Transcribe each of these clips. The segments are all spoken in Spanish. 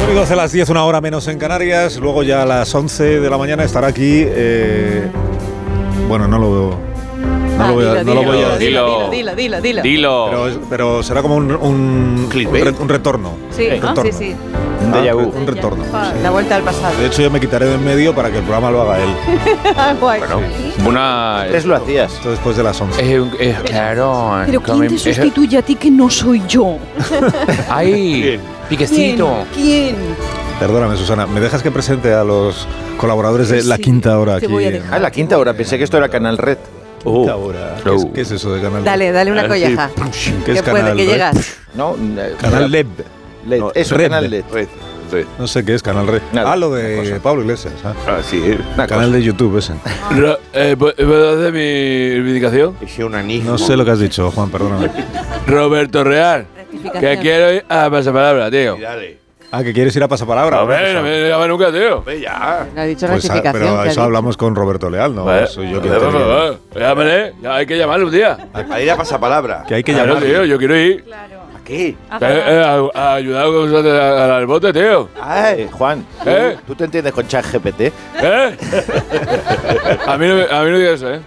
Sonidos de las 10, una hora menos en Canarias. Luego ya a las 11 de la mañana estará aquí. eh, bueno, no lo veo. No lo voy a- no lo voy a decir. dilo, Ah, dilo, dilo, dilo. Dilo. Pero, es- pero será como un, un, un, re- un retorno. Sí, un ¿no? retorno. sí, sí. Un déjà vu. Un retorno. Ah, La vuelta al pasado. De hecho, yo me quitaré de en medio para que el programa lo haga él. Ah, guay. Una. Antes lo hacías. Esto después de las 11. Eh, un- eh, claro. Pero come- ¿quién te sustituye a ti que no soy yo? eh, ¡Ay! Piquecito. ¿Quién? Perdóname, Susana. ¿Me dejas que presente a los colaboradores de La Sí, Quinta Hora te aquí? voy a en- dejar. Ah, la quinta hora. Pensé que esto era Canal Red. Quinta Hora. ¿Qué es, Oh. qué es eso de Canal Dale, dale una collaja. ¿Qué Que es puede, Canal que Red? llegas. No, eh, Canal LED. LED. no, Eso, Red. Canal LED. Red, red. No sé qué es Canal Red. Nada, ah, lo una de cosa. Pablo Iglesias. ah. Así Una Canal cosa. de YouTube ese. Ra- eh, ¿pu- ¿Puedo hacer mi reivindicación? es. Es un anillo. No sé lo que has dicho, Juan, perdóname. Roberto Real. Que Rectificación. quiero ir a pasapalabra, tío. Dale. Ah, que quieres ir a pasapalabra. A ver, no me no me nunca, tío. Ve ya. No ha dicho Pues, ah, rectificación. pero ¿qué a ha eso dicho? hablamos con Roberto Leal, ¿no? Vale. Soy yo quien Vale, te vale, digo. vale. Llámale, ya hay que llamarlo un día. Ahí la pasapalabra. Que hay que Claro, llamar. tío, yo quiero ir. ¿A qué? Eh, eh, a, a ayudar con vosotros a- al, al bote, tío. Ay, Juan, ¿tú- ¿Eh? ¿tú te entiendes con ChatGPT? Ah, ¿Eh? A mí no, me- a mí no digas eso, ¿eh?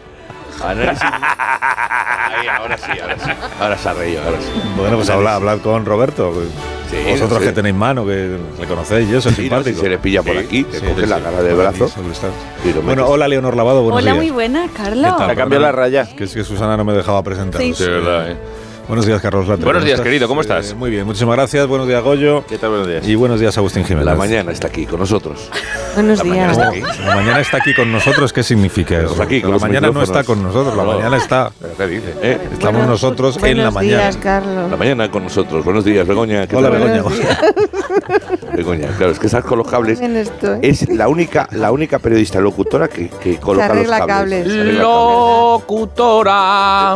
Ahí, ahora sí, ahora sí. Ahora se ha reído, ahora sí. Bueno, pues habla, hablad con Roberto. que Sí, Vosotros sí. que tenéis mano, que le conocéis y eso, es Sí, no, si simpático. se le pilla por aquí, te Sí, coge sí, la sí. cara del Por aquí, brazo. sobre está. y lo Bueno, metes. hola Leonor Lavado, buenos Hola, días. muy buena, ¿Qué tal? Carlos. La cambió la raya. Que es que Susana no me dejaba presentar. Sí. Sí, eh. Buenos días, Carlos Latre. Buenos ¿Cómo días, estás? Eh, querido, ¿cómo estás? muy bien, muchísimas gracias. Buenos días, Goyo. ¿Qué tal? Buenos días. Y buenos días, Agustín Jiménez. La mañana está aquí con nosotros. Buenos La mañana días. está No, aquí. la mañana está aquí con nosotros, ¿qué significa eso? Está aquí con la los mañana no micrófonos. está con nosotros, la No. mañana está. ¿Pero qué dice? ¿Eh? Estamos nosotros en la Buenos mañana. días, Carlos. La mañana con nosotros. Buenos días, Begoña. ¿Qué Hola, tal? Begoña. Begoña, claro, es que estás con los cables. También estoy. Es la única, la única periodista locutora que, que coloca los arregla cables. cables. Se arregla Locutora.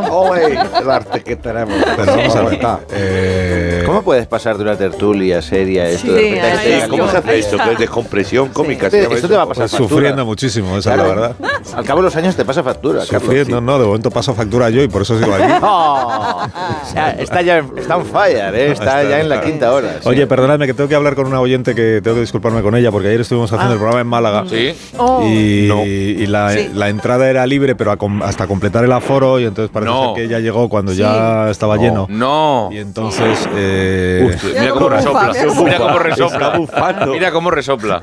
Oh, eh. cables. ¡Oye! El arte que tenemos. Pero vamos a ver. Está. eh, ¿Cómo puedes pasar de una tertulia seria a esto de Sí, repente? ahí está. ¿Cómo se hace esto? Que es descompresión cómica. se llama Esto eso. te va a pasar pues factura. sufriendo muchísimo, esa es la verdad. Al cabo de los años te pasa factura, pues, Carlos. Sufriendo, no, de momento paso factura yo y por eso sigo aquí. Oh, ya, está ya está on fire, ¿eh? está ya en la quinta hora. sí. Oye, perdonadme que tengo que hablar con una oyente que tengo que disculparme con ella porque ayer estuvimos haciendo el programa en Málaga. Ah. Sí. Oh. Y, No. y la, Sí. la entrada era libre, pero a com- hasta completar el aforo, y entonces parece No. ser que ella llegó cuando ya estaba lleno. No. Y entonces. eh, Mira cómo cómo resopla. bufa, Mira cómo Está resopla. bufando. Mira cómo resopla.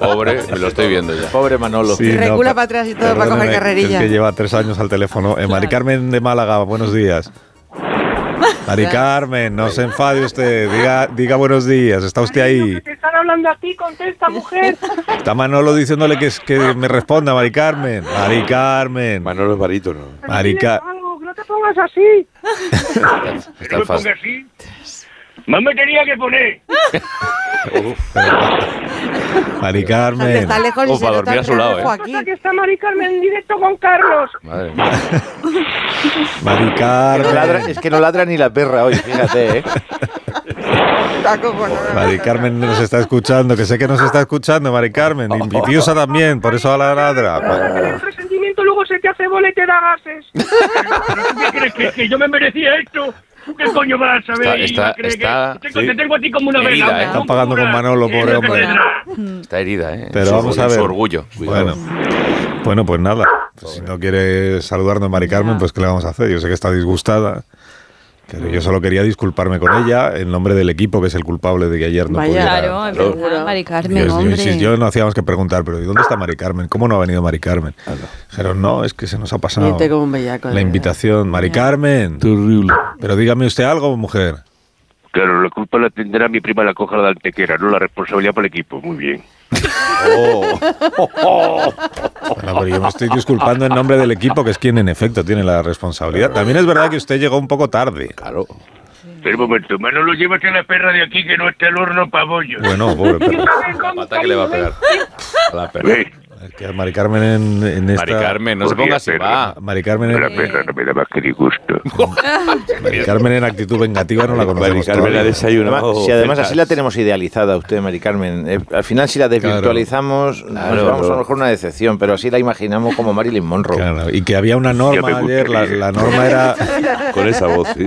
Pobre, me lo estoy viendo ya. Pobre Manolo. sí, Recula pa- para atrás y todo para perdóname, coger carrerilla. Es que lleva tres años al teléfono. Eh, Mari Carmen de Málaga, buenos días. Mari Carmen, no se enfade usted. Diga, diga buenos días. Está usted ahí. Te están hablando a ti, contesta, mujer. Está Manolo diciéndole que, es- que me responda, Mari Carmen. Mari Carmen. Manolo es barítono. Marica- Dile algo, que No te pongas así. Está fácil. así. Más me tenía que poner. Mari O sea, Carmen. Está lejos y Opa, se nota dormir a el su lado, reflejo ¿eh? aquí. Aquí está Mari Carmen en directo con Carlos. Madre mía. Mari No ladra- Carmen. es que no ladra ni la perra hoy, fíjate, ¿eh? Taco con- Mari Carmen nos está escuchando, que sé que nos está escuchando, Mari Carmen. Y y Piusa también, por eso a la ladra. Ah. El resentimiento luego se te hace bola y te da gases. ¿Qué crees que, que yo me merecía esto? ¿Qué coño vas a saber? Está- Iba a creer está- que- te, sí. te tengo a ti como una Herida, vela. ¿eh? Están pagando con Manolo, pobre hombre. Está herida, ¿eh? Pero Su- vamos a ver. Su orgullo. Bueno, bueno, pues nada. Pues si no quiere saludarnos Mari Carmen, pues ¿qué le vamos a hacer? Yo sé que está disgustada. Pero yo solo quería disculparme con ella en nombre del equipo que es el culpable de que ayer no Vaya. pudiera. Claro, es Claro. verdad, Mari Yo, Carmen, yo hombre. insisto, yo no hacíamos que preguntar, pero ¿y dónde está Mari Carmen? ¿Cómo no ha venido Mari Carmen? Ah, Dijeron, no, es que se nos ha pasado Miente como un bellaco. la de verdad. invitación. Mari Carmen, Terrible. pero dígame usted algo, mujer. Claro, la culpa la tendrá mi prima la coja de Antequera, no la responsabilidad para el equipo. Muy bien. Bueno, pero yo me estoy disculpando en nombre del equipo, que es quien en efecto tiene la responsabilidad. También es verdad que usted llegó un poco tarde. Claro. Espera un momento, Manolo, llévate a la perra de aquí que no está el horno pa' bollo. Bueno, pobre perro. La pata que le va a pegar. A la perra. Ve, Es que Mari Carmen en, en esta... Ah, Mari Carmen, no se Podría ponga así, ser, va. Mari Carmen la en, perra no me da más que disgusto. Mari Carmen en actitud vengativa no la conocemos Carmen todavía. ha Además- desayunado. si además así la tenemos. tenemos idealizada usted, Mari Carmen. eh, al final si la desvirtualizamos, nos Claro. vamos a lo mejor una decepción, pero así la imaginamos como Marilyn Monroe. Claro, y que había una Ya norma me gusta ayer, la, que- la norma era Con esa voz, sí.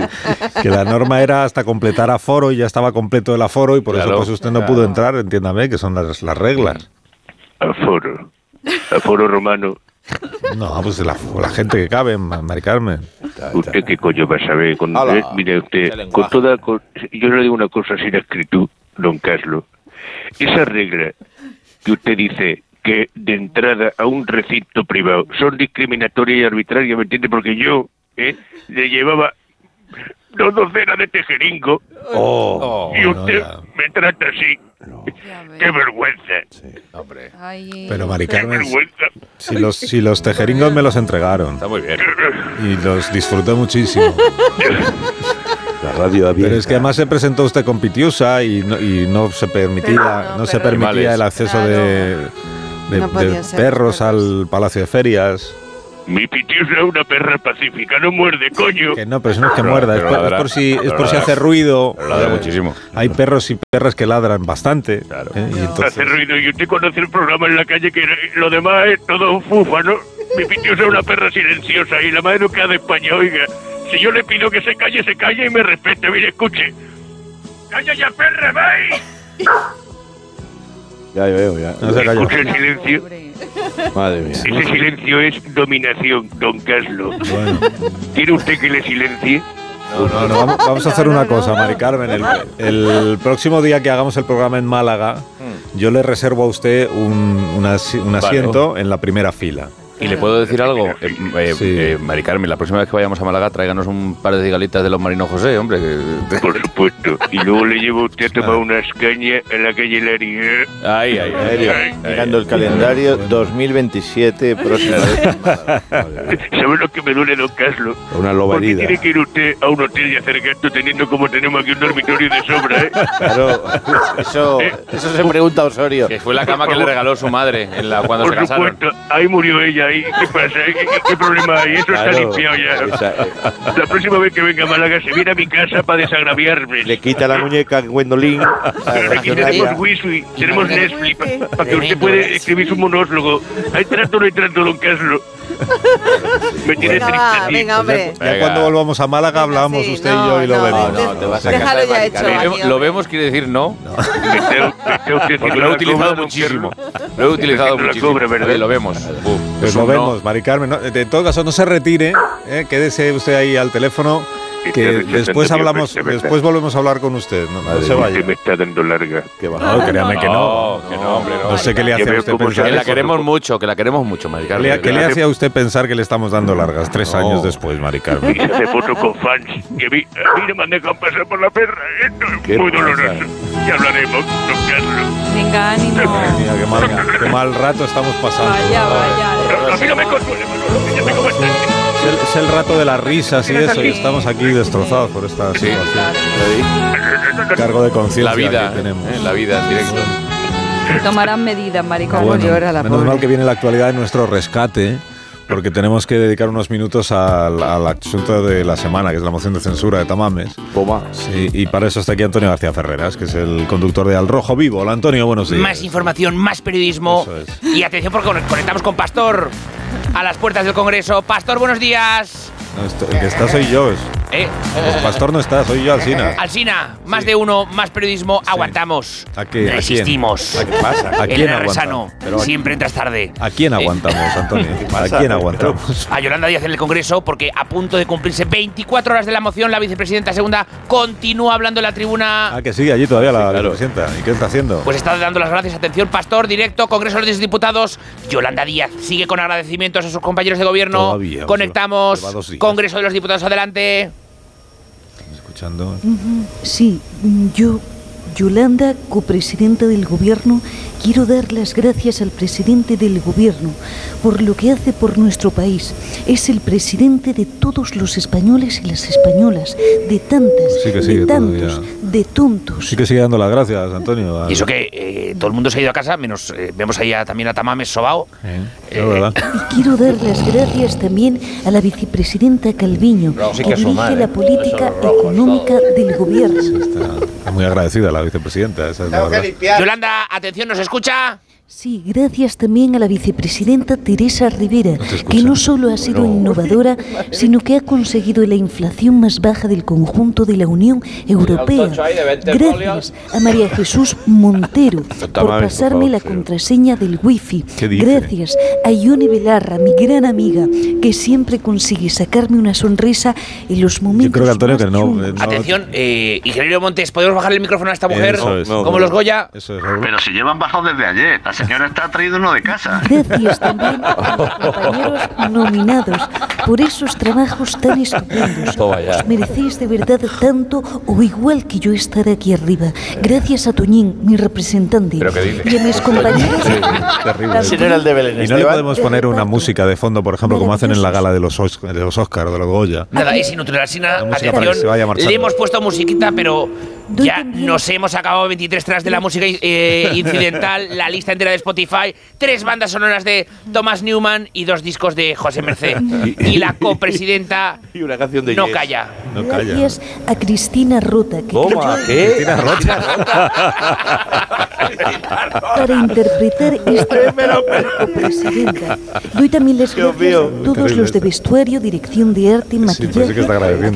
que la norma era hasta completar aforo y ya estaba completo el aforo y por eso Claro, pues usted no pudo entrar, entiéndame, que son las, las reglas. Aforo. Aforo romano. No, pues la, la gente que cabe, Ma- Mari Carmen. ¿Usted qué coño va a saber? Con, Ala, eh, mire qué usted, con lenguaje. toda, con- yo le digo una cosa sin escritura, don Carlos. Esa regla que usted dice que de entrada a un recinto privado son discriminatorias y arbitrarias, ¿me entiende? Porque yo eh, le llevaba dos docenas de tejeringo Oh, y bueno, usted ya. me trata así. ¡Qué vergüenza! Hombre, Pero Mari ¡Qué Carmen, vergüenza! si los, si los tejeringos me los entregaron está muy bien. y los disfruté muchísimo. La radio abierta. Pero es que además se presentó usted con Pitiusa y no, y no se permitía, Pero no, no, se pero- permitía Animales. el acceso Claro. de, de- No de podían ser perros perros. al Palacio de Ferias. Mi pitiusa es una perra pacífica, no muerde, coño. Que no, pero eso no es que muerda, es pero por, ladra. es por si, es Pero por si ladra. hace ruido. Pero ladra Eh, muchísimo. Hay perros y perras que ladran bastante. Claro. ¿eh? Y entonces- hace ruido y usted conoce el programa en la calle que lo demás es todo fufa, ¿no? Mi pitiosa es una perra silenciosa y la madre que de España, oiga. Si yo le pido que se calle, se calle y me respete. Mire, escuche. ¡Calla ya, perra, vai! Ya veo, ya. No se calla. Escuche el silencio. Madre mía. Ese silencio es dominación, don Caslo. Bueno, ¿Tiene usted que le silencie? no, no, vamos, vamos a hacer No, no, una no, cosa, no. Mari Carmen. El, el próximo día que hagamos el programa en Málaga, yo le reservo a usted un, un asi- un asiento en la primera fila. ¿Y le puedo decir algo? Eh, eh, Sí. eh, Mari Carmen, la próxima vez que vayamos a Málaga, tráiganos un par de cigalitas de los marinos José, hombre. que- Por supuesto. Y luego le lleva usted a Ah. tomar unas cañas en la calle Lari. Ahí, ahí, ahí. Aurelio, mirando el calendario, 2027, próxima vez. ¿Sabe lo que me duele, don Caslo? Una loba Porque herida. tiene que ir usted a un hotel y hacer gasto teniendo como tenemos aquí un dormitorio de sobra, ¿eh? Claro, eso, eso se pregunta Osorio. Que fue la cama que le regaló su madre en la, cuando se Por casaron. supuesto, ahí murió ella, ahí, ¿qué pasa? ¿Qué, qué- qué problema hay? Eso está Claro. limpiado ya. eh. Esa- La próxima vez que venga a Málaga se viene a mi casa para desagraviarme. le quita la muñeca a Gwendolyn. Pero aquí tenemos wifi, tenemos Netflix, para que usted pueda ¿eh? escribir su monólogo. Hay trato o no hay trato, don Caslo. Me tiene Venga, va, triste. venga, hombre. Ya Venga. cuando volvamos a Málaga hablamos Sí, usted no, y yo y lo no, vemos. No, no, te vas a Déjalo casar, ya Mari hecho. Carmen. Lo, lo vemos quiere decir no, Me está- me está usted haciendo porque lo he la utilizado cobra, don muchísimo. Carlos. Lo he utilizado La muchísimo. cobra, ¿verdad? Oye, lo vemos. Uf, Pues es lo un no. vemos, Mari Carmen. No, en todo caso, no se retire, ¿eh? quédese usted ahí al teléfono, Este que rechazo después anterior, hablamos, de verdad. después volvemos a hablar con usted. No, no se vaya. Usted me está dando larga. Qué va. No, créame que no. No, que no, hombre, no. No sé qué le Ya hace a veo usted cómo se Que pensar. la eso. hace. queremos mucho, que la queremos mucho, Mari ¿Qué Carmen. le, qué le hace a usted pensar que le estamos dando largas tres años después, Mari Y Carmen? se hace foto con fans. Que a mí, a mí no me han dejado pasar por la perra. Esto Qué es muy vergüenza. doloroso. Ya hablaremos, don Carlos. Venga, ánimo. Mira, qué mal, qué mal rato estamos pasando. Vaya, Pero vaya. a mí no me consuele, Manolo, que ya tengo bastante. Es el, es el rato de las risas y eso, y estamos aquí destrozados por esta situación. Cargo de conciencia La vida, que tenemos. eh, la vida en directo. Tomarán medidas, Ah, maricón. Cómo llora la menos pobre. mal que viene la actualidad de nuestro rescate, porque tenemos que dedicar unos minutos al, al asunto de la semana, que es la moción de censura de Tamames. Toma. Sí, y para eso está aquí Antonio García Ferreras, que es el conductor de Al Rojo Vivo. Hola, Antonio, buenos días. Más información, más periodismo. Eso es. Y atención porque nos conectamos con Pastor a las puertas del Congreso. Pastor, buenos días. No, esto- el que está soy yo. es- Eh, pues Pastor no está, soy yo, Alcina. Alsina, más de uno, más periodismo, aguantamos. ¿A qué? ¿A quién? Resistimos. ¿A qué pasa? ¿A quién Elena aguantamos? Resano, Pero a- siempre entras tarde. ¿A quién aguantamos, Antonio? ¿A quién pues, aguantamos? A Yolanda Díaz en el Congreso porque a punto de cumplirse 24 horas de la moción, la vicepresidenta segunda continúa hablando en la tribuna. Ah, que sigue allí todavía la presidenta. ¿Y qué está haciendo? Pues está dando las gracias, atención, Pastor, directo, Congreso de los Diputados. Yolanda Díaz sigue con agradecimientos a sus compañeros de gobierno. Todavía, Conectamos, lleva dos días. Congreso de los Diputados, adelante. Escuchando. Sí, mm, yo, Yolanda, copresidenta del gobierno, quiero dar las gracias al presidente del gobierno por lo que hace por nuestro país. Es el presidente de todos los españoles y las españolas, de tantas, Sí que de sigue tantos, todavía. de tontos. Sí que sigue dando las gracias, Antonio. al- Y eso que eh, todo el mundo se ha ido a casa, menos eh, vemos ahí a- también a Tamames Sobao. Eh, es verdad. Y quiero dar las gracias también a la vicepresidenta Calviño, Pero sí que que sumar, dirige la ¿eh? política económica del gobierno. Está muy agradecida la vicepresidenta. Esa es la verdad. Yolanda, atención, ¿nos escucha? Sí, gracias también a la vicepresidenta Teresa Rivera, que no solo ha sido innovadora, sino que ha conseguido la inflación más baja del conjunto de la Unión Europea. tocho ahí de 20 Gracias a María Jesús Montero Está por mal, por pasarme favor, la contraseña del wifi. ¿Qué dice? Gracias a Ione Belarra, mi gran amiga, que siempre consigue sacarme una sonrisa en los momentos Yo creo que Antonio que no. eh, no- Atención, eh, ingeniero Montes, ¿podemos bajarle el micrófono a esta mujer? Eso es. Como los Goya. Pero si llevan bajado desde ayer, la señora está traído uno de casa. Gracias también a los compañeros nominados por esos trabajos tan estupendos. Toma ya. Os merecéis de verdad tanto o igual que yo estar aquí arriba. Gracias a Toñín, mi representante, ¿Pero qué dice? y a mis compañeros. Terrible. Si no era el de Belén Y no le Esteban. podemos poner una música de fondo, por ejemplo, como hacen en la gala de los, Os- de los Oscar, de los Goya. Nada, es inútil, así nada, música para que atención, se vaya marchando. le hemos puesto musiquita, pero ya nos hemos acabado 23 tras de la música eh, incidental, la lista entera de Spotify, tres bandas sonoras de Thomas Newman y dos discos de José Merced. Y la copresidenta Y una canción de no Yes. calla. No Gracias a Cristina Rota, que Toma, creyó ¿qué? para interpretar esta presidenta. Doy también las Dios gracias mío. a todos los de vestuario, dirección de arte, maquillaje.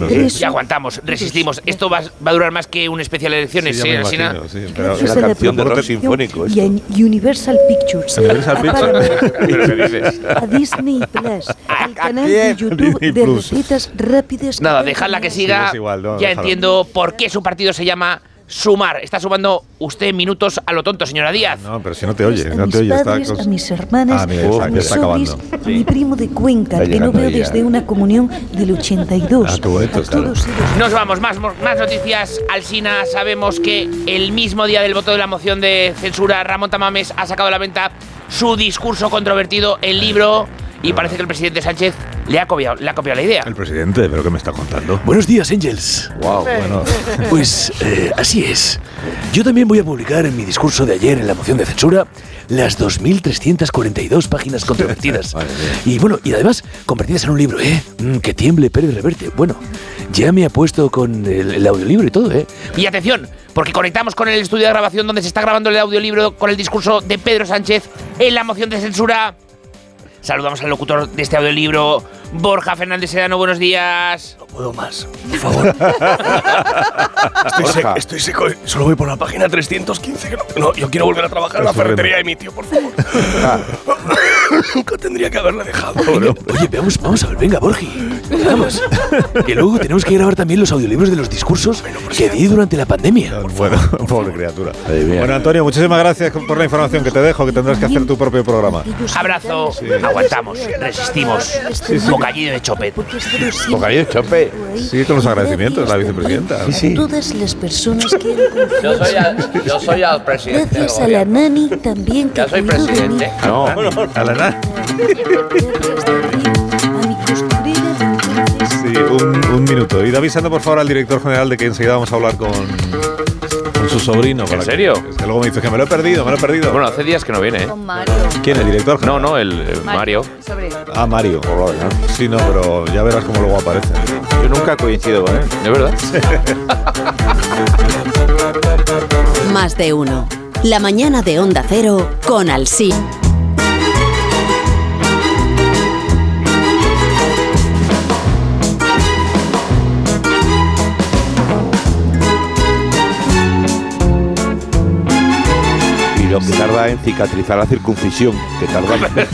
actriz, Y aguantamos, resistimos. Esto va, va a durar más que un especial de elecciones, Sí, ya me ¿eh, Alsina? imagino, sí, pero- Gracias a la producción y a Universal Pictures, Universal a Pictures. Paramount, ¿Pero qué dices? a Disney Plus, al canal quién? de YouTube Disney de Plus. recetas rápidas. Nada, dejadla que siga. es igual, no, ya déjala. entiendo por qué su partido se llama Sumar. Está sumando usted minutos a lo tonto, señora Díaz. No, pero si no te oye, a no mis te oye. Está, padres, cos- a mis hermanas, Ah, mira, está- a ya mis está sobris, acabando. a mi primo de Cuenca, Está que no llegando veo ahí ya. desde una comunión del 82. Ah, qué bonito, a claro. todos ellos. Nos vamos, más, mo- más noticias. Alsina, sabemos que el mismo día del voto de la moción de censura, Ramón Tamames ha sacado a la venta su discurso controvertido, el libro, y parece que el presidente Sánchez le ha copiado, le ha copiado la idea. El presidente, ¿pero qué me está contando? Buenos días, Angels. Wow, bueno. Pues eh, así es. Yo también voy a publicar en mi discurso de ayer en la moción de censura las 2.342 páginas controvertidas. y bueno, y además convertidas en un libro, ¿eh? Mm, que tiemble Pérez Reverte. Bueno, ya me ha puesto con el, el audiolibro y todo, ¿eh? Y atención, porque conectamos con el estudio de grabación donde se está grabando el audiolibro con el discurso de Pedro Sánchez en la moción de censura. Saludamos al locutor de este audiolibro, Borja Fernández Sedano, buenos días. No puedo más, por favor. Estoy, sec- estoy seco, eh. solo voy por la página 315. que no- no, yo quiero volver a trabajar en la Estás ferretería de mi tío, por favor. Ah. Nunca tendría que haberla dejado. Oh, Oye, oye, veamos, vamos a ver, venga, Borgi. Vamos. Que luego tenemos que grabar también los audiolibros de los discursos pues que di durante la pandemia. Bueno, pobre criatura. Bueno, Antonio, muchísimas gracias por la información que te dejo, que tendrás que hacer tu propio programa. Abrazo, aguantamos, resistimos. Sí, sí. Bocadillo de chopet. Bocadillo, chope. Sigue con los agradecimientos, la vicepresidenta. A todas las personas que han Yo soy, confiado en al, yo soy al presidente. Este del Gracias a la nani también que Ya soy cuidó de mí. presidente. No, Oh, a la nada. Sí, un, un minuto. Id avisando, por favor, al director general de que enseguida vamos a hablar con, con su sobrino. para ¿En que- serio? es que luego me dice que me lo he perdido, me lo he perdido. Bueno, hace días que no viene, ¿eh? Con Mario. ¿Quién, el director No, no, el, el Mario. Sobrino. Ah, Mario. Sí, no, pero ya verás cómo luego aparece. Yo nunca coincido con él. ¿De verdad? Más de uno. La mañana de Onda Cero con Alsina. Y lo que tarda en cicatrizar la circuncisión, que tarda mucho.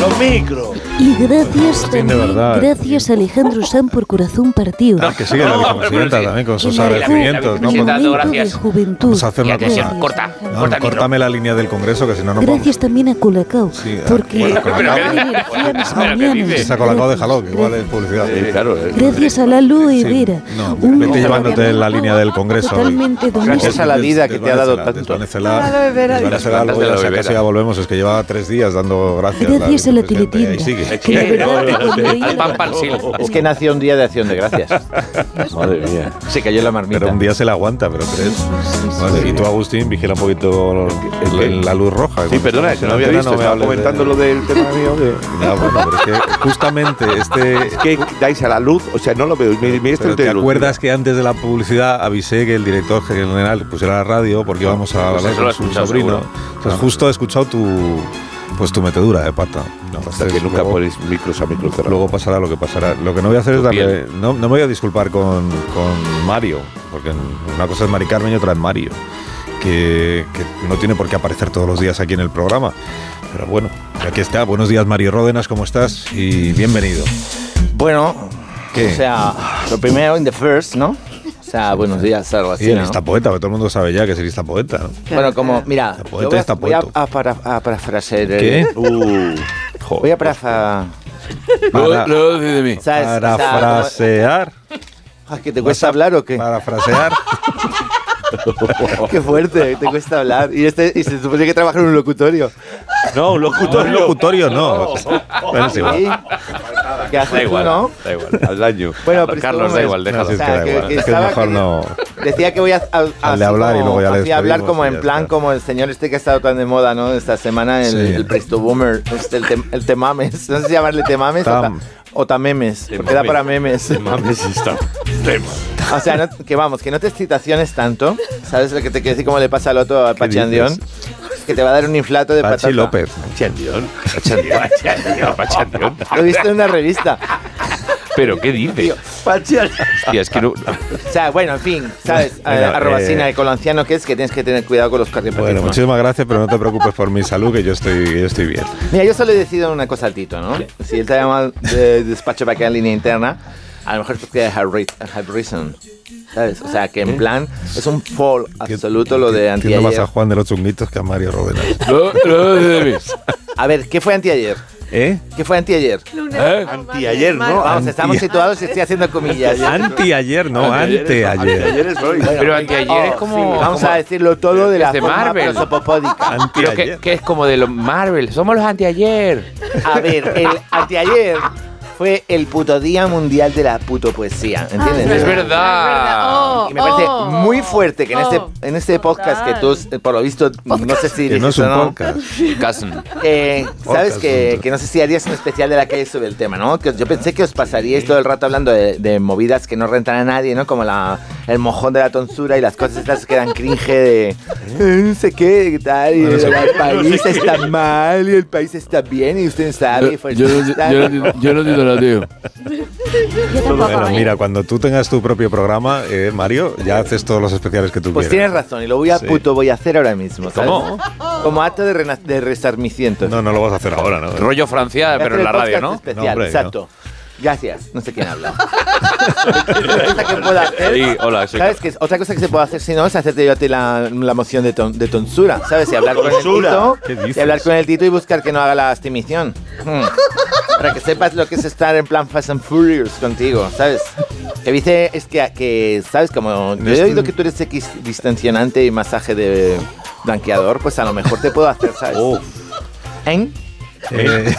Los micros. Y gracias de también, verdad. gracias a Alejandro San por Corazón Partido. Ah, que sigue la vicepresidenta también con sus La verdad, agradecimientos. ¿no? momento Por- de juventud. Vamos a hacer una Gracias. cosa. Corta, corta No, el micro. córtame la línea del Congreso, que si no, no vamos. Gracias también a Colacao, Sí, ah, porque bueno, con la- Pero, ¿qué dices? Esa colacao déjalo, que igual es publicidad. claro. eh. gracias a la Lue Vera, No, vete llevándote la línea del Congreso. totalmente Gracias a la vida que te ha dado Desvanécela, tanto. desvanécela. A la Lue Vera, dice. Desvanécela algo, Desvanécela, ya sea, Lue casi Vera. ya volvemos. Es que lleva tres días dando gracias. Gracias a vicepresidenta, la y ahí teletinda, sigue. que de verdad Oh, cuando Al pan pan sil. Oh, Es que nació un día de acción de gracias. Madre mía. Se cayó la marmita. Pero un día se la aguanta, pero crees. Vale, y tú, Agustín, vigila un poquito lo- el- la luz roja. Sí, perdona, que no había Antena, visto. me Estaba hables de- comentando lo del tema mío. de- Ya, bueno, pero es que justamente este. Es que dais a la luz, o sea, no lo veo. Mi, mi este Pero no tiene ¿Te luz. acuerdas que antes de la publicidad avisé que el director general pusiera la radio porque íbamos a Pues hablar eso lo con has su escuchado sobrino? seguro. Entonces justo he escuchado tu pues tu metedura de pata. Hasta que Entonces, nunca luego- ponéis micros a micros cerrados. Luego pasará lo que pasará. Lo que no voy a hacer es darle. No, no me voy a disculpar con, con Mario, porque una cosa es Mari Carmen y otra es Mario, que, que no tiene por qué aparecer todos los días aquí en el programa. Pero bueno, aquí está. Buenos días, Mario Ródenas, ¿cómo estás? Y bienvenido. Bueno, ¿Qué? o sea, lo primero in the first, ¿no? O sea, buenos días, algo Y así, el ¿no? lista poeta, que todo el mundo sabe ya que es el lista poeta. ¿no? Bueno, como, mira, poeta yo voy, está a, voy a- poeta. a para- a parafrasear. el- Uh. ¿Qué? voy a parafra... Para- Luego de mí. ¿Sabes? O sea, Parafrasear. como- Ay, ¿Que te cuesta hablar o qué? Parafrasear. Qué fuerte, te cuesta hablar. Y, este, y se supone que trabaja en un locutorio. No, un locutorio. Un locutorio no. Bueno, es igual. Sí. ¿Qué haces Da tú, igual, no? da igual, al daño. Bueno, pero Carlos, estuvo da mal. igual, déjalo. No, sí, es O que sea, da que- igual. que Es que estaba- mejor no. Decía que voy a, a- así hablar y como- luego ya le así hablar despedimos como y en ya plan está. como el señor este que ha estado tan de moda, ¿no? Esta semana el, Sí. el Presto Boomer, este, el, tem- el temames, no sé si llamarle temames Tam. o, ta- o tamemes, porque era para memes. Mames, está. O sea, no- que vamos, que no te excitaciones tanto, ¿sabes lo que te quiero decir? Como le pasa al otro a Pachi dices? Andión, que te va a dar un inflato de patata. Pachi López. Chandión. Chandión. Chandión. Lo he visto en una revista. Pero, ¿qué dices? Pachi Andión. Hostia, es que no. O sea, bueno, en fin, ¿sabes? A- Venga, arroba eh, Sina, el colanciano que es, que tienes que tener cuidado con los cardiopáticos. Bueno, muchísimas gracias, pero no te preocupes por mi salud, que yo estoy, yo estoy bien. Mira, yo solo he decidido una cosa al Tito, ¿no? Si él te llama de despacho para que en línea interna, a lo mejor tú quieres have, ri- have reason. ¿Sabes? O sea, que en plan es un fall absoluto lo de Entiendo más antiayer. a Juan de los Chunguitos que a Mario Rodenas. A ver, ¿qué fue antiayer? ¿Eh? ¿Qué fue antiayer? ¿Eh? Antiayer, ¿no? Vamos, estamos Anti- situados y estoy haciendo comillas. Antiayer, no, anteayer. Antiayer es hoy. Pero anteayer es como. Oh, Vamos como- a decirlo todo de Es la de forma Marvel. prosopopódica. Pero que, Antiayer. que es como de los Marvel. Somos los anteayer. A ver, el anteayer fue el puto día mundial de la puto poesía, ¿entiendes? Ah, Es verdad. Y me parece muy fuerte que en este, en este podcast que tú, eh, por lo visto, no sé si Que no es dijiste un o no, podcast. Cousin. eh, sabes Podcast, que, punto. que no sé si harías un especial de la calle sobre el tema, ¿no? Que yo pensé que os pasaríais todo el rato hablando de, de movidas que no rentan a nadie, ¿no? Como la, el mojón de la tonsura y las cosas estas que dan cringe de eh, no sé qué, qué tal, y No sé el qué. país está mal y el país está bien y usted sabe. y fue- yo no entiendo nada, tío. Yo tampoco. Bueno, ¿eh? mira, cuando tú tengas tu propio programa, eh, Mario, ya haces todos los especiales que tú Pues quieras. tienes razón, y lo voy a Sí. puto voy a hacer ahora mismo. ¿sabes? ¿Cómo? Como acto de, rena- de resarmiciento. No, no lo vas a hacer ahora, ¿no? Rollo Francia, Voy a pero hacer en la el radio, podcast ¿no? Especial, No, hombre, exacto. Gracias. No sé quién habla. Otra cosa que puedo hacer. Sí, hola, soy ¿Sabes qué? Otra cosa que se puede hacer si no es hacerte yo a ti la, la moción de, ton- de tonsura, ¿sabes? Y hablar con el tito. ¿Qué dices? Y hablar con el tito y buscar que no haga la abstimición. Hmm. Para que sepas lo que es estar en plan Fast and Furious contigo, ¿sabes? Que dice, es que, que ¿sabes? Como yo he oído que tú eres X distensionante y masaje de blanqueador, pues a lo mejor te puedo hacer, ¿sabes? Oh. ¿Eh?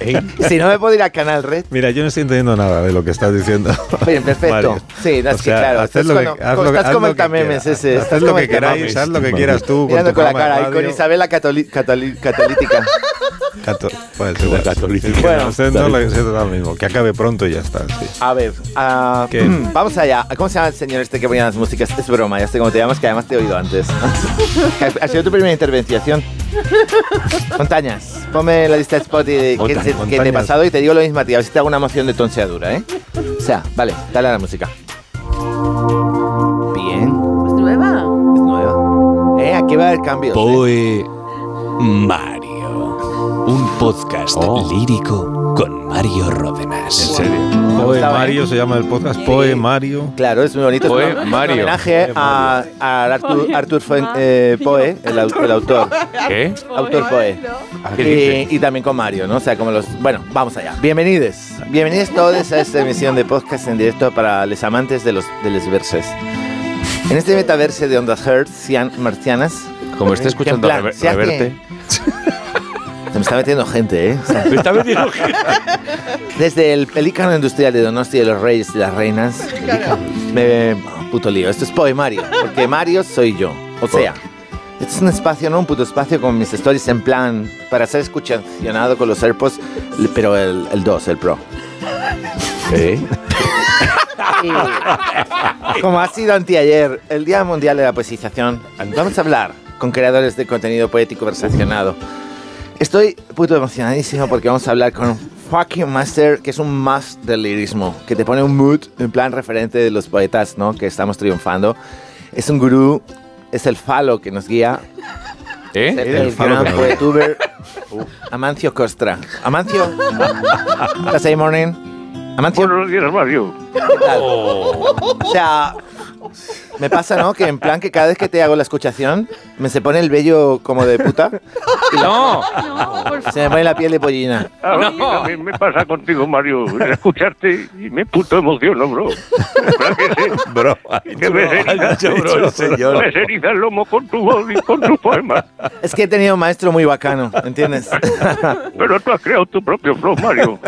Eh, Si no me puedo ir a Canal Red. mira, yo no estoy entendiendo nada de lo que estás diciendo. Bien, perfecto. Mario. Sí, es O que sea, claro. haz Estás, lo que- con- haz lo que- estás haz como lo el que tamemes quieras. ese. Haz estás lo como que el queráis, tamames. haz lo que quieras tú. Mirando tu con la programa cara, de ahí con radio. Isabel la catoli- catoli- catalítica. Cato- pues, igual. Católica. Es que Bueno, no sé, no lo- sé, da lo mismo. Que acabe pronto y ya está. sí. A ver, ah, ¿Qué? mm, vamos allá. ¿Cómo se llama el señor este que ponía las músicas? Es broma, ya sé cómo te llamas, que además te he oído antes. ha ha sido tu primera intervención. Montañas, ponme la lista de spot y de qué, Monta- se- qué te he montañas. pasado y te digo lo mismo a ti, a ver si te hago una moción de tonseadura, ¿eh? O sea, vale, dale a la música. Bien, Es nueva. es nueva. ¿Eh? Aquí va a haber cambios. ¿eh? Oh. Poe Mario. Un podcast lírico con Mario Ródenas. ¿En serio? Poemario se llama el podcast. Poemario. Claro, es muy bonito. Poe es un- es un Mario. homenaje a, a Arthur, Arthur Fen- eh, Poe, el, au- el autor. ¿Qué? Autor Poe. ¿Qué Y, y también con Mario, ¿no? O sea, como los... Bueno, vamos allá. Bienvenidos. Bienvenidos todos a esta emisión de podcast en directo para los amantes de los, de los verses. En este metaverse de ondas Hertz, cian- marcianas... Como esté que en escuchando plan, Rever- se hace- Reverte. Se me está metiendo gente, ¿eh? O sea, Me está metiendo gente. Desde el pelícano industrial de Donosti de los Reyes y las Reinas. Me, puto lío, esto es poemario, porque Mario soy yo. O sea, este es un espacio, no un puto espacio con mis stories en plan para ser escuchacionado con los AirPods, l- pero el, el 2, el Pro. ¿Eh? Como ha sido anteayer, el Día Mundial de la Poesización, vamos a hablar con creadores de contenido poético versacionado. Estoy puto emocionadísimo porque vamos a hablar con un fucking master que es un más del lirismo, que te pone un mood, un plan referente de los poetas, ¿no? Que estamos triunfando. Es un gurú, es el falo que nos guía. ¿Eh? Es el, El falo gran que nos guía. poetuber uh, Amancio Costra. Amancio, ¿estás ahí, morning? Amancio. Buenos días, Mario. O sea, me pasa, ¿no? Que en plan que cada vez que te hago la escuchación, me se pone el vello como de puta. No. Se me pone la piel de pollina. A mí también Ah, me pasa contigo, Mario. Escucharte y me puto emociono, bro. ¿Verdad que sí? Bro, Que me erizas me eriza el lomo con tu voz y con tu poema. Es que he tenido un maestro muy bacano, ¿entiendes? Pero tú has creado tu propio flow, Mario.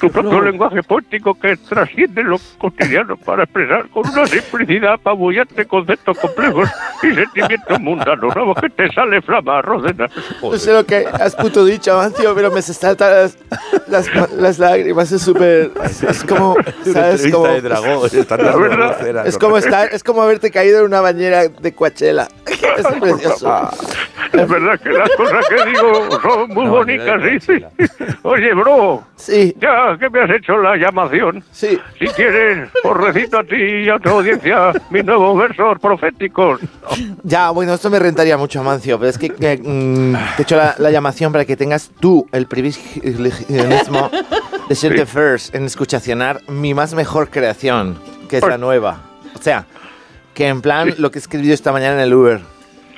Tu propio lenguaje poético que trasciende lo cotidiano para expresar con una simplicidad apabullante conceptos complejos y sentimientos mundanos. Vamos, que te sale flama, Rodena. No sé lo que has puto dicho, Amancio, pero me se saltan las, las, las lágrimas. Es súper. Es, es como. ¿Sabes? entrevista Como, de dragón, está La narrando verdad, Lucera, es ¿no? como estar, es como haberte caído en una bañera de Coachella. Es precioso. Es verdad que las cosas que digo son muy No, bonitas, mira, ¿sí? Oye, bro. Sí. Ya que me has hecho la llamación. Sí. Si quieres, os recito a ti y a tu audiencia mis nuevos versos proféticos. Ya, bueno, esto me rentaría mucho, Amancio, pero es que que, mm, te he hecho la, la llamación para que tengas tú el privilegiismo de ser Sí. the first en escuchacionar mi más mejor creación, que es la nueva. O sea, que en plan lo que he escrito esta mañana en el Uber.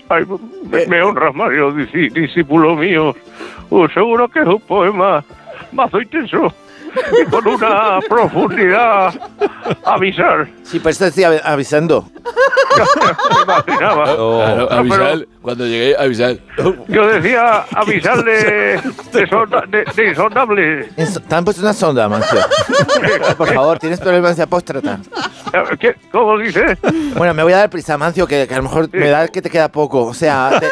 Ay, me, me honras, Mario, disi- discípulo mío. Uh, seguro que es un poema mazo intenso y con una profundidad avisar. Sí, pues te estoy avi- avisando. imaginaba. Claro, No, pero- avisar, cuando llegué, avisar. Yo decía avisar de, de, sonda- de- de insondables. Eso- Te han puesto una sonda, Amancio. Por favor, tienes problemas de apóstrata. Eh, ¿Qué- ¿Cómo dices? Bueno, me voy a dar prisa, Mancio, que, que a lo mejor me da que te queda poco. O sea, te,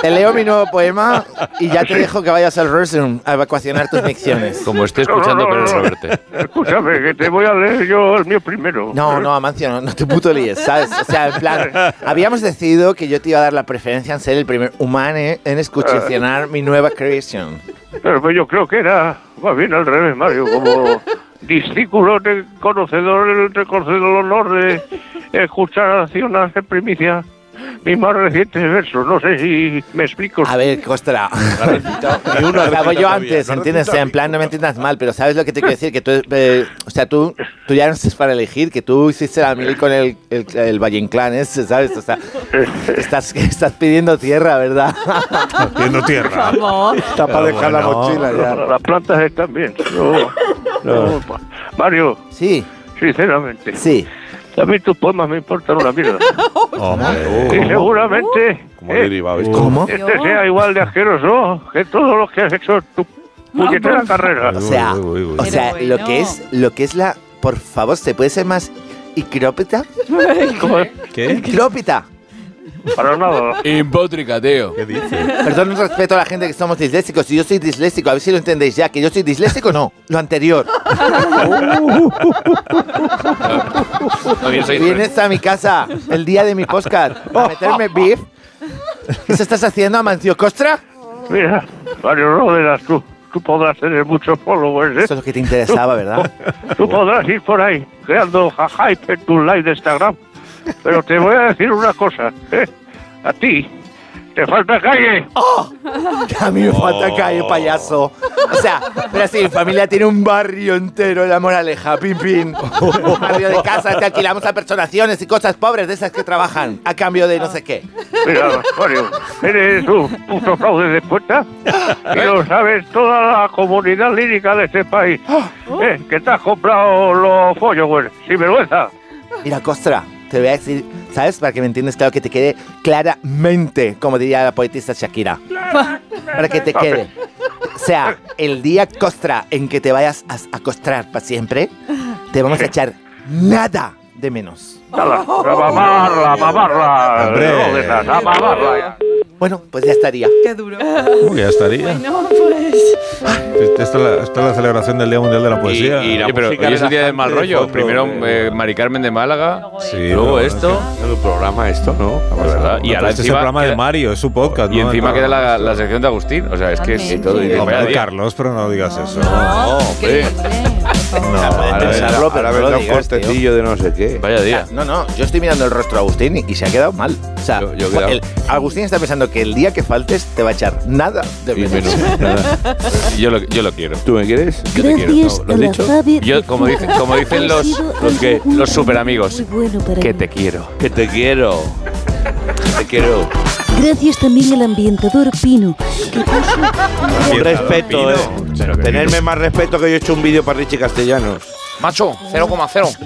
te leo mi nuevo poema y ya te dejo que vayas al restroom a evacuacionar tus micciones. Como esté escuchando No, no, no, Pedro no. Reverte. Escúchame, que te voy a leer yo el mío primero. No, no, Amancio, no, no te puto líes, ¿sabes? O sea, en plan, habíamos decidido que yo te iba a dar la preferencia en ser el primer humano en escuchacionar mi nueva creación. Pero pues yo creo que era más bien al revés, Mario, como discípulo de conocedor, de conocedor honor de escuchar acciones en primicia. Mis más recientes versos, no sé si me explico. A ver, costra. Ni uno O sea, recita voy yo todavía, antes, no ¿entiendes? O recita sea, en plan, no me entiendas mal, pero ¿sabes lo que te quiero decir? Que tú, eh, o sea, tú, tú ya no estás para elegir, que tú hiciste la mil con el, el, el Valle Inclán ese, ¿sabes? O sea, estás, estás pidiendo tierra, ¿verdad? Pidiendo tierra. Por favor. Está para dejar la mochila ya. Las plantas están bien. No, no. Mario. Sí. Sinceramente. Sí. A mí tus poemas me importan una mierda. y seguramente. Como eh, derivado esto. Este sea igual de asqueroso que todos los que has hecho en tu puñetera carrera. O sea, o sea lo, que es, lo que es la... Por favor, ¿se puede ser más icrópita? ¿Qué? Icrópita. Para nada. Impótrica, tío. ¿Qué dices? Perdón, un respeto a la gente que somos disléxicos. Si yo soy disléxico, a ver si lo entendéis ya, que yo soy disléxico, no. Lo anterior. También soy Vienes a mi casa el día de mi podcast a meterme beef. ¿Qué se estás haciendo, Amancio Costra? Mira, Mario Rodenas, tú, tú podrás tener muchos followers, ¿eh? Eso es lo que te interesaba, ¿verdad? Tú podrás ir por ahí creando ja- hype en tu live de Instagram. Pero te voy a decir una cosa, ¿eh? A ti, ¡Te falta calle! A mí me falta calle, payaso. O sea, pero sí, mi familia tiene un barrio entero, la moraleja, pim, pim. Un barrio de casas que alquilamos a personaciones y cosas pobres de esas que trabajan a cambio de no sé qué. Mira, Mario, eres un puto fraude de puerta y lo sabes toda la comunidad lírica de este país. Eh, que te has comprado los follos, güey, sin vergüenza. Mira, Costra, te voy a decir, ¿sabes? Para que me entiendas, claro, que te quede claramente, como diría la poetisa Shakira. Para que te quede. O sea, el día Costra en que te vayas a, a costrar para siempre, te vamos a echar nada de menos. Nada, a mamarla, a mamarla. Hombre. Jódenas, a mamarla ya. Bueno, pues ya estaría. Qué duro. Uy, ya estaría. Bueno, pues. Esta es, la, esta es la celebración del Día Mundial de Pues la Poesía. Y, y la Oye, pero música hoy es el día del mal rollo. Primero eh, Mari Carmen de Málaga, luego no, esto. El programa esto, ¿no? ¿verdad? No, pero este es el programa de Mario, es su podcast. Y ¿no? encima El queda programa. la, la sección de Agustín. O sea, es que es todo. Hombre, y vaya día. Carlos, pero no digas eso. No, hombre. Ahora pensarlo, vendrá- pero no ahora lo vendrá un digas, tío. cortecillo de no sé qué. Vaya O sea, No, no, yo estoy mirando el rostro a Agustín y, y se ha quedado mal. O sea, yo he quedado- el- Agustín está pensando que el día que faltes te va a echar nada de Y menos. menos, nada. Yo lo, yo lo quiero. ¿Tú me quieres? Yo te quiero. Gracias No, ¿Lo has a la dicho? Fabi Yo, como, Rivera. dicen- como dicen los, los, que, los super amigos, Bueno, para que mí. te quiero. Que te quiero. Que te quiero. Gracias también al ambientador Pino, que Un respeto, eh. Tenerme más respeto que yo he hecho un vídeo para Richie Castellanos. Macho, 0,0.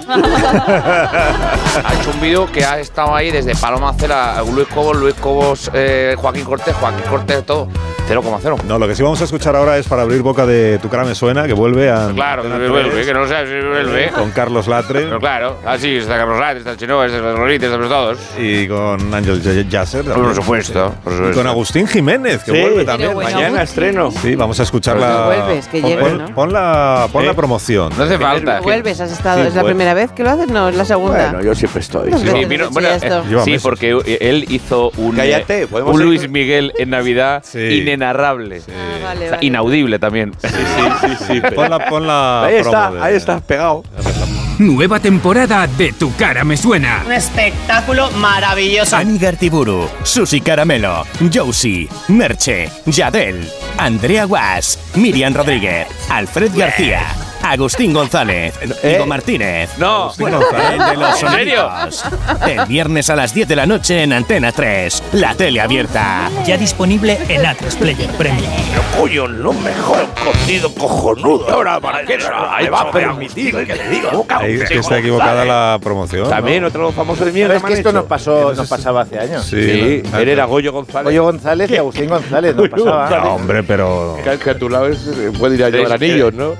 ha hecho un vídeo que ha estado ahí desde Paloma Cela, Luis Cobos, Luis Cobos, eh, Joaquín Cortés, Joaquín Cortés, todo. 0,0. No, lo que sí vamos a escuchar ahora es para abrir boca de Tu cara me suena, que vuelve a. Claro, que vuelve, que no sabes si vuelve. Con Carlos Latre Pero claro, así está Carlos Rat, está el chino, está el Rolito, está todos. y con Ángel J- Jasser. Por supuesto, por Y supuesto. con Agustín Jiménez, que Sí. vuelve también. Pero bueno, Mañana Agustín. estreno. Sí, vamos a escucharla. Pero no vuelves, que Pon- llega, pon- ¿no? pon la, pon la promoción. No hace falta. Vuelves, has estado. Sí, ¿Es la bueno. primera vez que lo haces? No, es la segunda. Bueno, yo siempre estoy. No, sí. Sí, Pero vino- sí, bueno, esto. eh, Lleva sí, meses. porque él hizo un, Cállate, eh, podemos un ir- Luis Miguel en Navidad inenarrable. Ah, vale, O sea, vale. inaudible también. Sí, sí, pero- Ponla, ponla Ahí está, promo de- ahí está, pegado. Nueva temporada de Tu cara me suena. Un espectáculo maravilloso. Ani Gartiburu, Susi Caramelo, Josie, Merche, Yadel, Andrea Guas, Miriam Rodríguez, Alfred García, Agustín González, Diego Martínez. No, Bueno, el de los ¿En serio? sonidos. El viernes a las 10 de la noche en Antena 3, la tele abierta. Ya disponible en Atresplayer Player Premium. Coño, no mejor escondido cojonudo. Ahora, Marquesa, ahí va a permitir que le diga. Ahí es que está equivocada la promoción. También otro famoso de mierda. Pero es que me han esto hecho. nos pasó, nos pasaba hace años. Sí, Sí, la- él era Goyo González. Goyo González y Agustín González nos pasaba. No, hombre, pero. Que, que a tu lado es- eh, puede ir a llevar anillos, ¿no?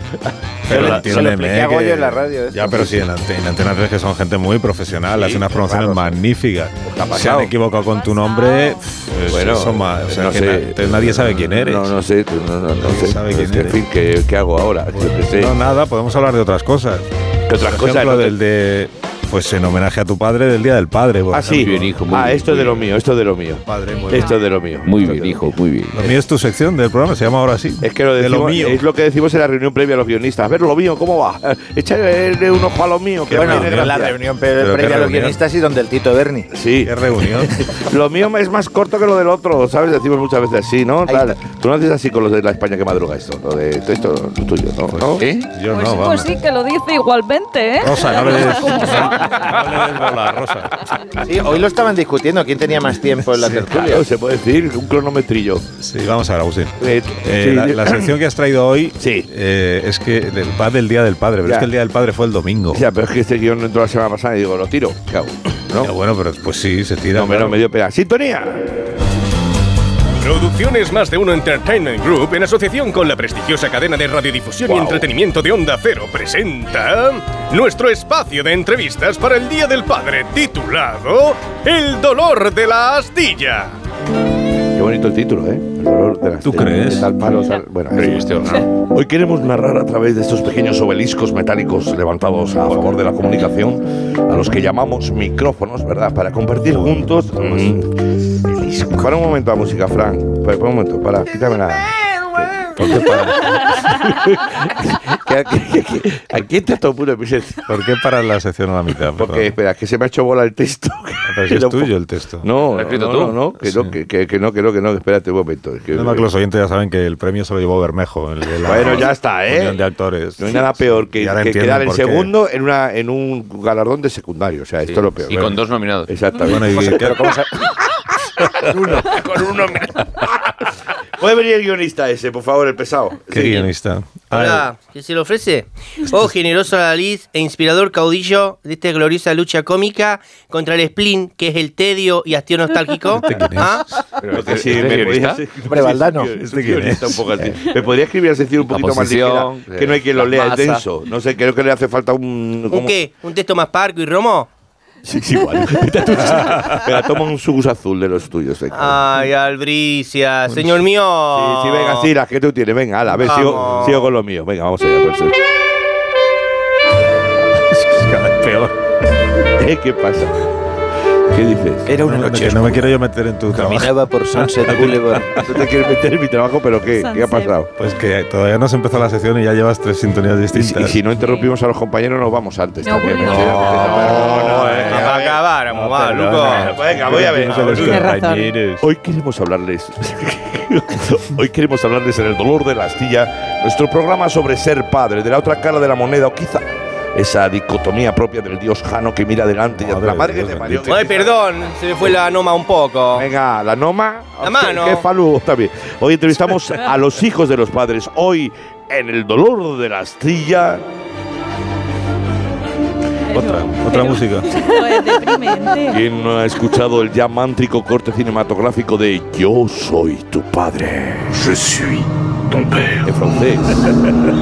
Pero Se lo- se lo entiéndeme, expliqué a Goyo que- en la radio, eso. Ya, pero sí, en, ante- en Antena 3, que son gente muy profesional, hacen unas promociones magníficas. Se Pues pasado. han equivocado con tu nombre. pff, Bueno, eh, eso más- o sea, no que sé. na- nadie sabe quién eres. No, no sé, tú no, no, no sé. sabe Es quién que, en eres. fin, ¿qué, qué hago ahora? Yo qué sé. No, nada, podemos hablar de otras cosas. ¿Qué otras Por cosas? ejemplo, No te- del de. Pues en homenaje a tu padre del Día del Padre. por Ah, sí. Este- ejemplo. ah, esto es de lo mío, esto es de lo mío. Padre, muy Esto es de lo mío. Muy esto es bien, de lo hijo, mío. muy bien. Lo mío es tu sección del programa, se llama ahora sí. Es que lo de decimos, lo mío. es lo que decimos en la reunión previa a los guionistas. A ver, lo mío, ¿cómo va? Échale un ojo a lo mío. Que Qué bueno, reunión. La Gracias. reunión pre- Pero qué previa a los reunión. guionistas y donde el Tito Berni. Sí, Qué reunión. lo mío es más corto que lo del otro, ¿sabes? Decimos muchas veces así, ¿no? Ahí Tal. está. Tú no haces así con los de la España que madruga esto, lo de esto es tuyo, ¿no? ¿No? ¿Eh? Yo Pues, no, pues vamos. sí, que lo dice igualmente, ¿eh? Rosa, no le des. No le des bola, Rosa. Sí, hoy lo estaban discutiendo quién tenía más tiempo en la tertulia. Claro, se puede decir un cronometrillo. Sí, vamos a ver, Agustín. Eh, Eh, sí, la, yo- la sección que has traído hoy Sí. eh, es que el, va del Día del Padre, pero Ya. es que el Día del Padre fue el domingo. Ya, pero es que este guión entró la semana pasada y digo, lo tiro. ¿Qué hago? Ya, ¿No? bueno, pero pues sí, se tira. No, me, claro. no, me dio pena. ¡Sintonía! Producciones Más de Uno Entertainment Group, en asociación con la prestigiosa cadena de radiodifusión y Wow. entretenimiento de Onda Cero, presenta nuestro espacio de entrevistas para el Día del Padre, titulado El dolor de la astilla. Qué bonito el título, ¿eh? El dolor de las ¿Tú de- crees? este de tal palo, tal- Bueno, en fin. Hoy queremos narrar a través de estos pequeños obeliscos metálicos levantados a favor de la comunicación, a los que llamamos micrófonos, ¿verdad? Para compartir juntos. pues, mm, el disco. Para un momento la música, Frank. Para, para un momento, para, quítame la. Porque para- ¿A qué- qué- qué- a quién te has tomado una camiseta? ¿Por qué parar la sección a la mitad? Ah, Porque, espera, que se me ha hecho bola el texto. Pero si es tuyo el texto. No, ¿Lo has escrito no, tú? no, no, que, no que, que- que no, que no, que no, espérate un momento. que- Además que los oyentes ya saben que el premio se lo llevó Bermejo. el de la Bueno, ya está, ¿eh? Unión de actores. No hay nada peor que, Y ahora que entienden quedar en por qué. segundo en, una, en un galardón de secundario. O sea, esto es lo peor. Y con dos nominados. Exactamente. Bueno, y- Pero ¿cómo se- uno. Con uno menos. Puede venir el guionista ese, por favor, el pesado. Qué Sí. guionista. Ah, Hola, ¿qué se le ofrece? Oh, generoso Adalid e inspirador caudillo de esta gloriosa lucha cómica contra el spleen, que es el tedio y hastío nostálgico. ¿Ah? Pero que ¿Este- sí, este me guionista? podías- Hombre, Valdano. Sí, sí, ¿Este sí, quién guionista es? un poco así. Me podría escribir la sección un poquito más ligera, posición, que no hay quien lo la lea, es masa. denso. No sé, creo que le hace falta un... ¿Un como- qué? ¿Un texto más parco y romo? Sí, sí, igual. Pero toma un sugus azul de los tuyos. venga. Ay, Albricia, señor mío. Sí, venga, sí, las que tú tienes. Venga, ala, a ver, sigo, Vamos. sigo con lo mío. Venga, vamos allá. Pues. Es cada vez peor. ¿Eh? ¿Qué pasa? ¿Qué dices? Eh. Era una No, no, noche que no me oscura. quiero yo meter en tu Caminaba por Sunset Boulevard. ¿Tú te quieres meter en mi trabajo? ¿Pero qué? ¿Qué ha Sunset. pasado? Pues que todavía no se empezó la sección y ya llevas tres sintonías distintas. y si no interrumpimos a los compañeros, nos vamos antes también. eh. no, eh, no, eh, Para acabar, vamos, va, Luco. Venga, voy a ver. Tienes razón. Hoy queremos hablarles. Hoy queremos hablarles en el dolor de la astilla, nuestro programa sobre ser padre, de la otra cara de la moneda, o quizá esa dicotomía propia del dios Jano que mira adelante y hacia la madre que te parió. Ay, perdón, se me fue la noma un poco. Venga, la noma. La Qué mano. faludo también. Hoy entrevistamos a los hijos de los padres. Hoy, en el dolor de la astilla. Otra, otra música. ¿Quién no ha escuchado el ya mántrico corte cinematográfico de Yo soy tu padre? Je suis ton père. En francés.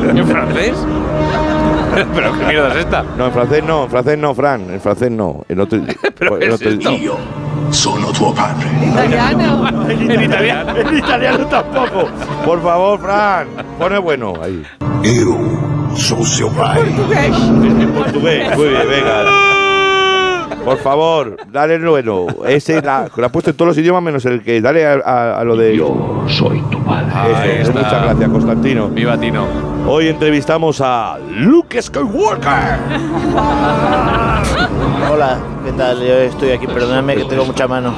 ¿En francés? ¿Pero qué mierda es esta? No, en francés no, en francés no, Fran. En francés no. En otro, ¿Pero qué en es otro- esto? sono tuo padre. Italiano. En italiano. En italiano tampoco. Por favor, Fran. Pone bueno ahí. Yo soy Portugués. Portugués. Muy bien, venga. Por favor, dale el bueno. Ese la, lo ha puesto en todos los idiomas menos el que. Dale a, a- a lo de. Yo soy tu padre. Ahí está. Muchas gracias, Constantino. Viva Tino. Hoy entrevistamos a Luke Skywalker. Hola, ¿qué tal? Yo estoy aquí, perdóname que tengo mucha mano.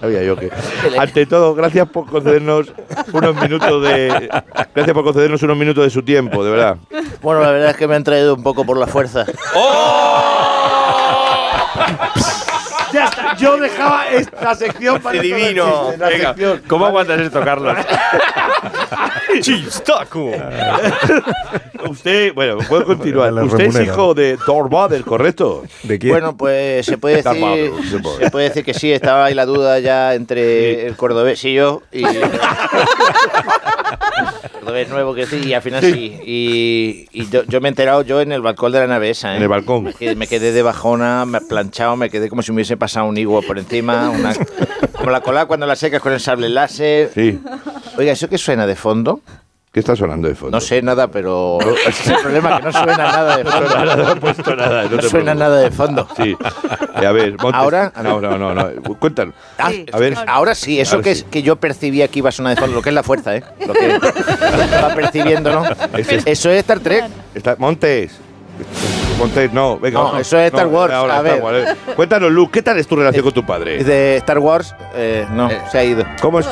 Sabía yo que. Ante todo, gracias por concedernos unos minutos de. Gracias por concedernos unos minutos de su tiempo, de verdad. Bueno, la verdad es que me han traído un poco por la fuerza. Ya está, yo dejaba esta sección para divino. ¿Cómo aguantas esto, Carlos? ¡Chistaco! Usted, bueno, puedo continuar. La Usted es remunera. hijo de Thor Vader, ¿correcto? ¿De Bueno, pues se puede Está decir, Pablo, se puede. se puede decir que sí, estaba ahí la duda ya entre el cordobés y yo y cordobés nuevo que sí y al final sí. Y, y yo, yo me he enterado yo en el balcón de la nave esa, ¿eh? En el balcón. Que me quedé de bajona, me he planchado, me quedé como si me hubiese pasado un higo por encima, una- como la cola cuando la secas con el sable láser. Sí. Oiga, ¿eso qué suena de fondo? ¿Qué está sonando de fondo? No sé nada, pero ese es el problema, que no suena nada de No fondo. suena nada, no he puesto nada, no suena te preocupes. nada de fondo. Sí. Eh, a ver, Montes. Ahora- No, no, no, no. Cuéntanos. Ah, A ver. Ahora sí, eso Ahora que, sí. Es, que yo percibía que iba a sonar de fondo, lo que es la fuerza, ¿eh? Lo que va percibiendo, ¿no? Ese es- Eso es este. Star Trek. Está- Montes. Montes, no, venga. No, vamos. eso es Star Wars, ahora, a Star ver. Wars, a ver. Cuéntanos, Luke, ¿qué tal es tu relación con tu padre? De Star Wars, eh, no, se ha ido. ¿Cómo es,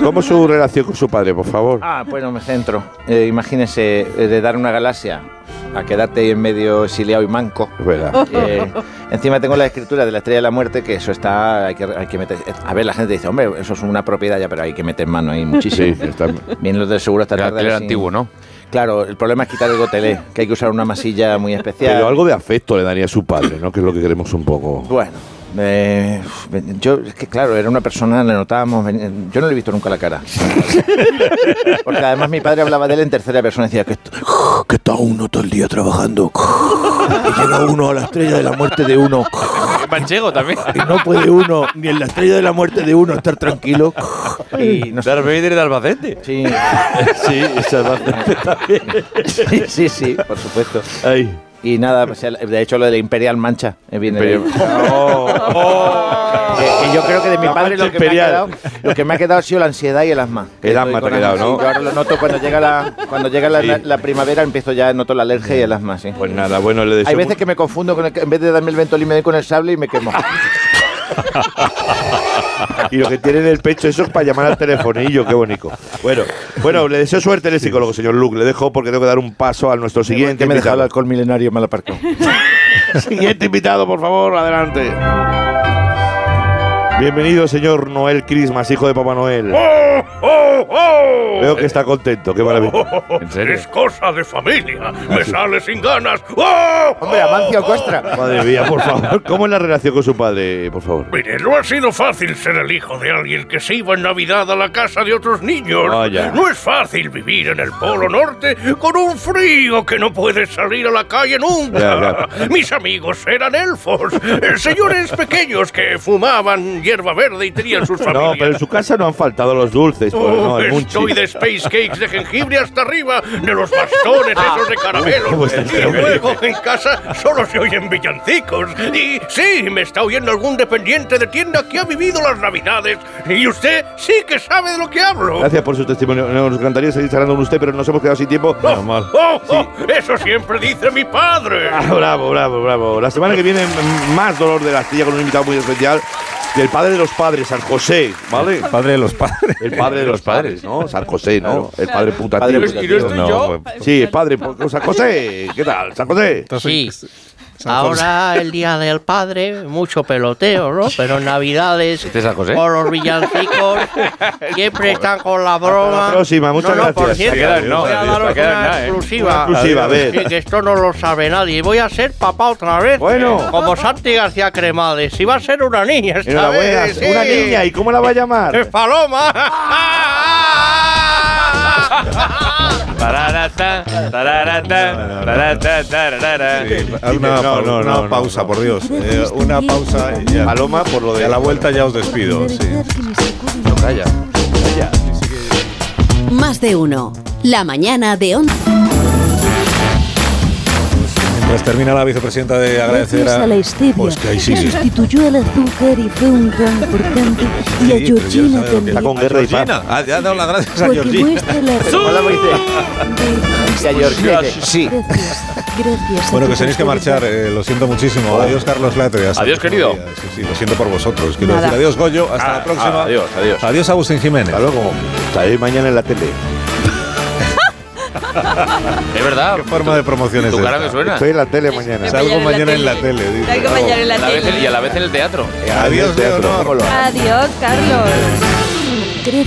¿Cómo es su relación con su padre, por favor? Ah, bueno, me centro. Eh, imagínese, eh, de dar una galaxia a quedarte ahí en medio exiliado y manco. Es verdad. Eh, encima tengo la escritura de la Estrella de la Muerte, que eso está, hay que, hay que meter... eh, A ver, la gente dice, hombre, eso es una propiedad ya, pero hay que meter mano ahí muchísimo. Sí, está- Bien los del seguro esta El tarde. alquiler así. antiguo, ¿no? Claro, el problema es quitar el gotelé, que hay que usar una masilla muy especial. Pero algo de afecto le daría a su padre, ¿no? Que es lo que queremos un poco. Bueno, eh, yo es que claro, era una persona, le notábamos, ven- yo no le he visto nunca la cara. Porque además mi padre hablaba de él en tercera persona, decía que, est- que está uno todo el día trabajando. Y llega uno a la estrella de la muerte de uno. Manchego también. Y no puede uno, ni en la estrella de la muerte de uno, estar tranquilo. Y no sé- Darth Vader de Albacete. Sí. sí, esa Sí, sí, sí, por supuesto. Y nada, pues, el- de hecho lo de la Imperial Mancha eh, viene de ahí. Que- que Eh, yo creo que de mi La padre lo mancha que, me ha imperial. quedado, lo que me ha quedado ha sido la ansiedad y el asma. El asma te ha quedado, ¿no? Yo ahora lo noto cuando llega la, cuando llega la, la- la primavera, empiezo ya, noto la alergia y el asma, sí. Pues nada, bueno, le deseo Hay veces que me confundo, con el- en vez de darme el ventolín me doy con el sable y me quemo. y lo que tiene en el pecho eso es para llamar al telefonillo, qué bonito. Bueno, bueno, le deseo suerte al psicólogo, señor Luke. Le dejo porque tengo que dar un paso a nuestro siguiente que me dejó el invitado. alcohol milenario, me lo aparcó. Siguiente invitado, por favor, adelante. Bienvenido, señor Noel Christmas, hijo de Papá Noel. ¡Oh, oh, oh! Veo que está contento, qué maravilla. ¿En serio? Es cosa de familia. Me Ah, sí. sale sin ganas. ¡Oh! Hombre, Amancio Costra. Madre mía, por favor. ¿Cómo es la relación con su padre, por favor? Mire, no ha sido fácil ser el hijo de alguien que se iba en Navidad a la casa de otros niños. Vaya. No es fácil vivir en el Polo Norte con un frío que no puedes salir a la calle nunca. Ya, Mis amigos eran elfos, eh, señores pequeños que fumaban hierba verde y tenían sus familias. No, pero en su casa no han faltado los dulces. pues, no, Oh, el munchi. estoy de space cakes de jengibre hasta arriba, de los bastones esos de Ah, ¿Cómo caramelo. está Y luego en casa solo se oyen villancicos. Y sí, me está oyendo algún dependiente de tienda que ha vivido las navidades. Y usted sí que sabe de lo que hablo. Gracias por su testimonio. Nos encantaría seguir charlando con usted, pero nos hemos quedado sin tiempo. Oh, oh, Eso siempre dice mi padre. Ah, bravo, bravo, bravo. La semana que viene, m- más dolor de la astilla con un invitado muy especial. Del padre de los padres, San José, ¿vale? El padre de los padres. El padre de los padres, ¿no? San José, ¿no? El padre putativo. Padre putativo. ¿Y no estoy No, yo? pues- Sí, el padre. pu- San José, ¿qué tal? San José. Sí. Ahora el día del padre, mucho peloteo, ¿no? Pero en Navidades, ¿Este es San José? con los villancicos, siempre están con la broma. la próxima, muchas no, no, Por gracias. cierto, Se quedan, no, voy a se daros quedan una nada, ¿eh? exclusiva. Una exclusiva, a ver. Que, que esto no lo sabe nadie. Voy a ser papá otra vez. Bueno. Como Santi García Cremades. Y va a ser una niña esta Enhorabuena, vez, una sí. niña. ¿Y cómo la va a llamar? Eh. Es Paloma. Tararata, tararata, tararata, tararara. Haz una, No, pa- no, una no, no, pausa, por Dios. Eh, una pausa. y ya. Paloma, por lo de- Y a la vuelta ya os despido. sí. No, calla. Más de uno. La mañana de Onda. Mientras termina la vicepresidenta de agradecer Gracias a. a la stevia, Pues que ahí que sigue. sustituyó al azúcar y fue un gran importante, y a Sí, pero ya Georgina sabe lo que- también. A Georgina. Ah, ya ha dado las gracias a Porque Georgina. muestra Y la a Georgina. Sí. Gracias, gracias. Bueno, que os tenéis que marchar, eh, lo siento muchísimo. Adiós, Carlos Latre. hasta Adiós, el próximo querido. día. Sí, sí, lo siento por vosotros. Quiero Nada. decir adiós, Goyo. Hasta Ah, la próxima. adiós, adiós. Adiós, Agustín Jiménez. Hasta luego. mañana en la tele. Es verdad. ¿Qué forma de promoción es Tu cara esta? me suena. Estoy en la tele mañana. Salgo mañana en la tele. dice. A la vez- y a la vez en el teatro. Adiós, Leonor. Adiós, Carlos. eh.